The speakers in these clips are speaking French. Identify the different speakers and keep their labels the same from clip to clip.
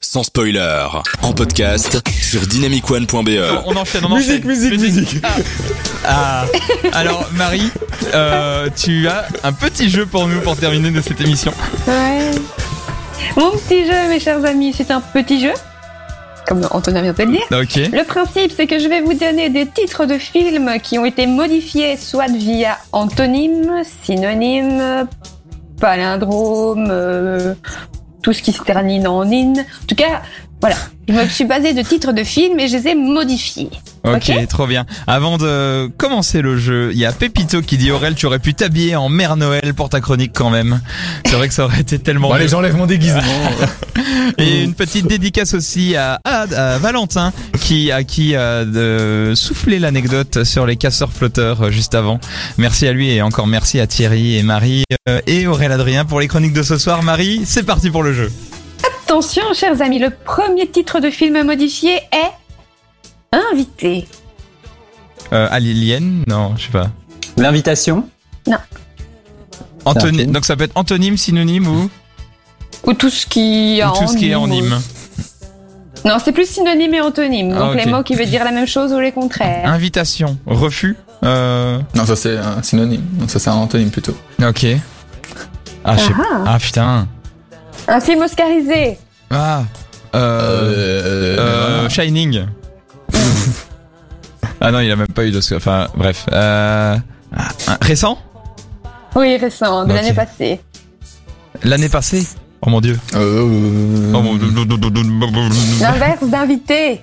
Speaker 1: sans spoiler. En podcast sur dynamicone.be.
Speaker 2: Euh, On enchaîne, on
Speaker 3: Musique,
Speaker 2: enchaîne.
Speaker 3: musique, musique.
Speaker 2: Ah. Alors, Marie, euh, tu as un petit jeu pour nous pour terminer de cette émission.
Speaker 4: Ouais. Mon petit jeu, mes chers amis, c'est un petit jeu. Comme Antonin vient de le dire.
Speaker 2: Ok.
Speaker 4: Le principe, c'est que je vais vous donner des titres de films qui ont été modifiés soit via antonyme, synonyme, palindrome, euh, tout ce qui se termine en in. En tout cas, voilà. Je me suis basée de titres de films et je les ai modifiés.
Speaker 2: Ok, trop bien. Avant de commencer le jeu, il y a Pépito qui dit Aurel, tu aurais pu t'habiller en Mère Noël pour ta chronique quand même. C'est vrai que ça aurait été tellement.
Speaker 3: Bon,
Speaker 2: mieux.
Speaker 3: allez, j'enlève mon déguisement.
Speaker 2: Et une petite dédicace aussi à, à- à Valentin qui à qui a de soufflé l'anecdote sur les casseurs flotteurs euh, juste avant. Merci à lui et encore merci à Thierry et Marie euh, et Aurel Adrien pour les chroniques de ce soir. Marie, c'est parti pour le jeu.
Speaker 4: Attention, chers amis, le premier titre de film modifié est Invité.
Speaker 2: Euh, Alien, non, je sais pas.
Speaker 5: L'invitation
Speaker 2: Antony
Speaker 5: film.
Speaker 2: donc ça peut être antonyme, synonyme ou,
Speaker 4: Ou tout ce qui, a
Speaker 2: ou tout ce qui est en
Speaker 4: en
Speaker 2: hymne.
Speaker 4: Non, c'est plus synonyme et antonyme.
Speaker 2: Ah,
Speaker 4: Donc
Speaker 2: ok.
Speaker 4: les mots qui veulent dire la même chose ou les contraires.
Speaker 2: Invitation, refus. Euh,
Speaker 3: non, ça c'est un synonyme. Non, ça c'est un antonyme plutôt.
Speaker 2: ok. Ah, je sais pas.
Speaker 4: Ah,
Speaker 2: Ah putain.
Speaker 4: un film oscarisé.
Speaker 2: Ah. euh, Euh, Shining. ah non, il a même pas eu de. Enfin, bref. Euh, ah, ah, récent
Speaker 4: Oui, récent, de
Speaker 2: Ok.
Speaker 4: l'année passée.
Speaker 2: L'année passée Oh mon dieu.
Speaker 3: euh,
Speaker 2: Oh mon dieu.
Speaker 4: L'inverse d'invité.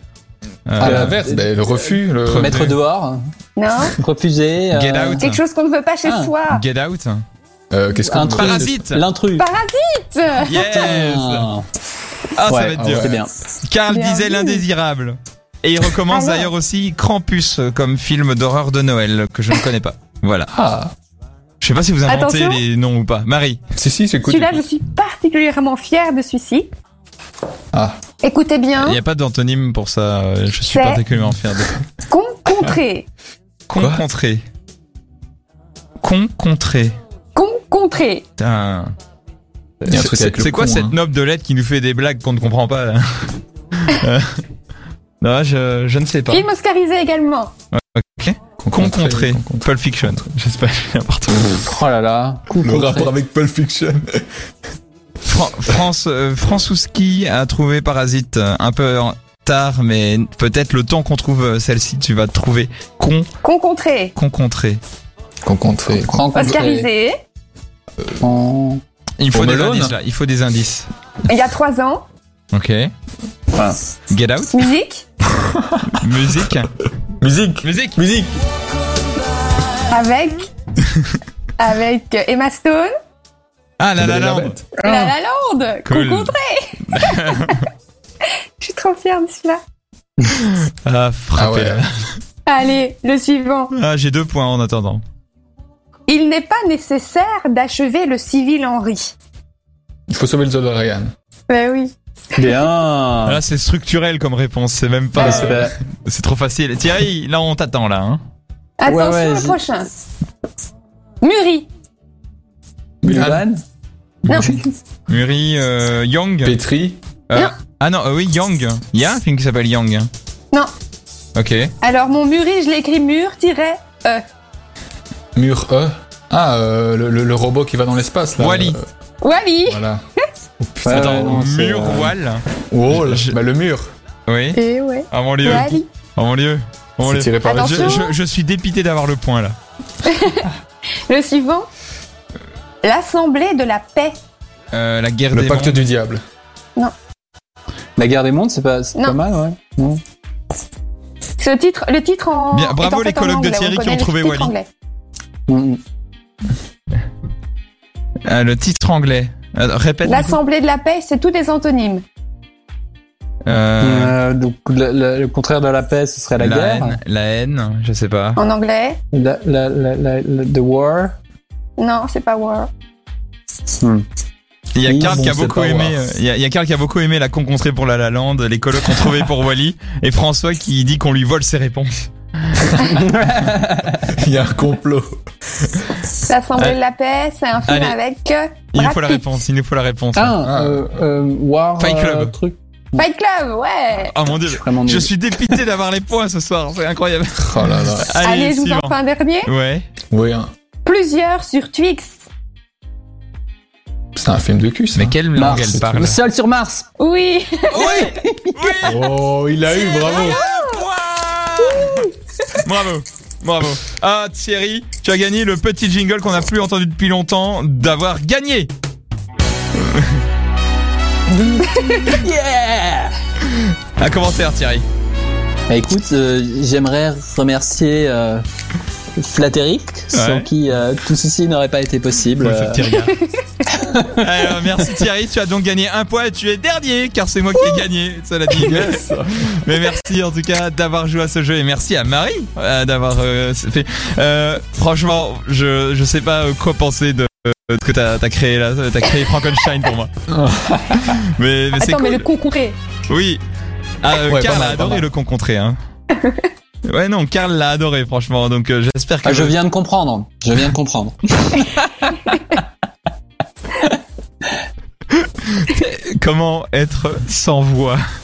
Speaker 3: à
Speaker 2: Euh,
Speaker 3: l'inverse, bah, le refus. Le...
Speaker 2: Remettre
Speaker 5: Mettre dehors
Speaker 4: Non
Speaker 5: Refuser euh,
Speaker 2: Get out.
Speaker 4: Quelque chose qu'on ne veut pas chez
Speaker 5: Ah.
Speaker 4: soi.
Speaker 2: Get out.
Speaker 3: Euh, Qu'est-ce qu'on
Speaker 5: Un
Speaker 3: dit
Speaker 5: truc.
Speaker 2: Parasite.
Speaker 5: L'intrus
Speaker 4: Parasite
Speaker 2: Yes.
Speaker 5: Putain.
Speaker 2: Ah, ça
Speaker 5: Ouais,
Speaker 2: va être
Speaker 3: ah
Speaker 2: dur.
Speaker 5: C'est bien.
Speaker 2: Karl
Speaker 4: Bien
Speaker 2: disait
Speaker 4: vu. Ah
Speaker 2: l'indésirable. Et il recommence
Speaker 4: Alors.
Speaker 2: d'ailleurs aussi Krampus euh, comme film d'horreur de Noël que je ne connais pas. Voilà.
Speaker 3: Ah,
Speaker 2: Je sais pas si vous inventez
Speaker 4: Attention.
Speaker 2: les noms ou pas. Marie.
Speaker 3: si, si, j'écoute.
Speaker 4: Celui-là, je suis particulièrement fière de celui-ci.
Speaker 3: Ah.
Speaker 4: Écoutez
Speaker 2: Il
Speaker 4: bien.
Speaker 2: n'y a pas d'antonyme pour ça. euh, Je suis
Speaker 4: Hein C'est-
Speaker 2: particulièrement fier de
Speaker 4: Concontré.
Speaker 3: Quoi
Speaker 2: Concontré. Concontré.
Speaker 4: Concontré.
Speaker 2: Putain.
Speaker 3: Il y a un truc
Speaker 2: C'est
Speaker 3: avec le
Speaker 2: c'est quoi
Speaker 3: con,
Speaker 2: cette
Speaker 3: hein.
Speaker 2: noble de lettres qui nous fait des blagues qu'on ne comprend pas là Euh, Non, je, je ne sais pas.
Speaker 4: Film oscarisé également.
Speaker 2: Concontré.
Speaker 3: Concontré.
Speaker 2: Pulp Fiction. J'espère que j'ai n'importe quoi.
Speaker 5: Oh là là.
Speaker 3: Le rapport avec Pulp Fiction.
Speaker 2: Fran- France, euh, Fransouski a trouvé Parasite euh, un peu en- tard, mais peut-être le temps qu'on trouve euh, celle-ci, tu vas trouver. Con,
Speaker 4: Concontré.
Speaker 2: concontré.
Speaker 3: Concontré.
Speaker 4: Oscarisé.
Speaker 5: En-
Speaker 2: Il faut
Speaker 3: Home
Speaker 2: des
Speaker 3: Alone
Speaker 2: indices là, il faut des indices.
Speaker 4: Il y a trois ans.
Speaker 2: Ok.
Speaker 5: Voilà.
Speaker 2: Get out.
Speaker 4: Musique.
Speaker 2: Musique.
Speaker 3: Musique.
Speaker 2: Musique.
Speaker 3: Musique.
Speaker 4: Avec. avec Emma Stone.
Speaker 2: Ah là là
Speaker 3: Belle
Speaker 2: là.
Speaker 3: bête.
Speaker 4: La La Land.
Speaker 2: Ah. Cool.
Speaker 4: Concontré. Je suis trop fière de celui-là.
Speaker 2: Ah,
Speaker 3: Ah
Speaker 2: frappé.
Speaker 3: ouais.
Speaker 4: Allez, le suivant.
Speaker 2: Ah, j'ai deux points en attendant.
Speaker 4: Il n'est pas nécessaire d'achever le civil Henri.
Speaker 3: Il faut sauver le soldat Ryan.
Speaker 4: Ben oui.
Speaker 2: Ah,
Speaker 5: Bien.
Speaker 2: là, c'est structurel comme réponse, c'est même pas.
Speaker 5: Ah, c'est pas-
Speaker 2: C'est trop facile. Thierry, là, on t'attend là. Hein.
Speaker 4: Attention,
Speaker 5: ouais,
Speaker 4: le
Speaker 5: j'ai-
Speaker 4: prochain. Muri.
Speaker 3: Mulan.
Speaker 5: Mulan
Speaker 4: Non.
Speaker 2: Muri euh, Young.
Speaker 3: Petri.
Speaker 2: Euh,
Speaker 4: Non.
Speaker 2: ah non, euh, oui, Young. Il y a un film qui s'appelle Young.
Speaker 4: Non.
Speaker 2: Ok.
Speaker 4: Alors, mon Muri, je l'écris E. mur-e.
Speaker 3: Mur E. Ah, euh, le, le- le robot qui va dans l'espace là.
Speaker 2: Wall-E.
Speaker 3: Euh,
Speaker 4: Wally.
Speaker 3: Voilà.
Speaker 5: Ouais, ouais,
Speaker 2: Attends,
Speaker 5: non, c'est,
Speaker 2: Mur
Speaker 5: euh,
Speaker 2: Wall.
Speaker 3: Oh, là,
Speaker 2: Je-
Speaker 3: bah, le mur.
Speaker 2: Oui.
Speaker 4: Et Eh ouais.
Speaker 2: À mon lieu.
Speaker 4: Wally.
Speaker 2: À mon lieu. À mon
Speaker 3: C'est
Speaker 2: lieu.
Speaker 3: tiré par le
Speaker 4: Attention.
Speaker 2: Je, je- je suis dépité d'avoir le point là.
Speaker 4: Le suivant. L'Assemblée de la paix.
Speaker 2: Euh, la guerre
Speaker 3: Le
Speaker 2: des
Speaker 3: pacte
Speaker 2: mondes.
Speaker 3: du diable.
Speaker 5: La guerre des mondes, c'est pas, c'est
Speaker 4: Non.
Speaker 5: pas mal, ouais. Non.
Speaker 4: Ce titre, le titre en.
Speaker 2: Bien,
Speaker 4: est
Speaker 2: bravo
Speaker 4: en fait
Speaker 2: les
Speaker 4: en
Speaker 2: collègues de
Speaker 4: anglais,
Speaker 2: Thierry qui
Speaker 4: on
Speaker 2: ont
Speaker 4: connaît le
Speaker 2: trouvé
Speaker 4: titre
Speaker 2: Wall-E.
Speaker 4: anglais.
Speaker 5: Mm.
Speaker 2: Euh, le titre anglais. Euh, répète. du coup.
Speaker 4: L'Assemblée de la paix, c'est tous des antonymes.
Speaker 2: Euh,
Speaker 5: Euh, donc, la- la- le contraire de la paix, ce serait la,
Speaker 2: la
Speaker 5: guerre.
Speaker 2: haine. La haine. Je sais pas.
Speaker 4: En anglais.
Speaker 5: La, la, la, la- la- the war.
Speaker 4: Non, c'est pas war.
Speaker 2: Hmm. Il y a
Speaker 5: Oui,
Speaker 2: Karl
Speaker 3: bon,
Speaker 2: qui a
Speaker 3: c'est
Speaker 2: beaucoup
Speaker 3: pas
Speaker 2: aimé.
Speaker 3: voir.
Speaker 2: euh, Il y a, il y a Karl qui a beaucoup aimé la concontrée pour La La Land, les colocs ont trouvé pour Wally, et François qui dit qu'on lui vole ses réponses.
Speaker 3: Il y a un complot.
Speaker 4: L'Assemblée
Speaker 2: Euh,
Speaker 4: de la paix, c'est un film
Speaker 2: allez.
Speaker 4: avec. euh,
Speaker 2: Il nous
Speaker 4: Brad
Speaker 2: faut la
Speaker 4: Pitt.
Speaker 2: réponse. hein. Il nous faut la réponse.
Speaker 5: Ah,
Speaker 3: Ah.
Speaker 5: euh, euh, war.
Speaker 2: Fight
Speaker 5: euh,
Speaker 2: Club.
Speaker 5: truc.
Speaker 4: Fight Club, ouais.
Speaker 2: Oh mon dieu,
Speaker 5: Vraiment
Speaker 2: je
Speaker 5: nul.
Speaker 2: suis dépité d'avoir les points ce soir, c'est incroyable.
Speaker 3: Oh là là.
Speaker 4: Allez, je vous en
Speaker 2: suivant.
Speaker 4: fais un dernier.
Speaker 2: Ouais.
Speaker 3: Oui, hein.
Speaker 4: Plusieurs sur Twix.
Speaker 3: c'est un film de cul, ça.
Speaker 2: Mais quelle langue
Speaker 5: Mars.
Speaker 2: elle parle
Speaker 5: Le sol sur Mars.
Speaker 4: Oui.
Speaker 2: Oui Oui
Speaker 3: Oh, il a eu, bravo.
Speaker 2: Bravo Bravo Ah Thierry, tu as gagné le petit jingle qu'on n'a plus entendu depuis longtemps d'avoir gagné
Speaker 5: Yeah.
Speaker 2: Un commentaire Thierry.
Speaker 5: Bah, écoute, euh, j'aimerais remercier euh, Flatteric, sans
Speaker 2: Ouais.
Speaker 5: qui euh, tout ceci n'aurait pas été possible. Euh,
Speaker 2: Alors, merci Thierry, tu as donc gagné un point et tu es dernier car c'est moi qui ai gagné, cela dit. Mais merci en tout cas d'avoir joué à ce jeu et merci à Marie euh, d'avoir euh, fait. Euh, franchement, je, je sais pas euh, quoi penser de, de ce que t'as as créé là, t'as créé Frankenstein pour moi. mais mais c'est
Speaker 4: Attends,
Speaker 2: cool.
Speaker 4: mais le concouré.
Speaker 2: Oui. Ah, euh,
Speaker 3: Ouais,
Speaker 2: Karl
Speaker 3: pas
Speaker 2: a
Speaker 3: mal, pas
Speaker 2: adoré
Speaker 3: mal.
Speaker 2: le concontré. Hein. ouais, non, Karl l'a adoré, franchement. Donc, euh, j'espère que.
Speaker 5: ah, je viens de comprendre. Je viens de comprendre.
Speaker 2: Comment être sans voix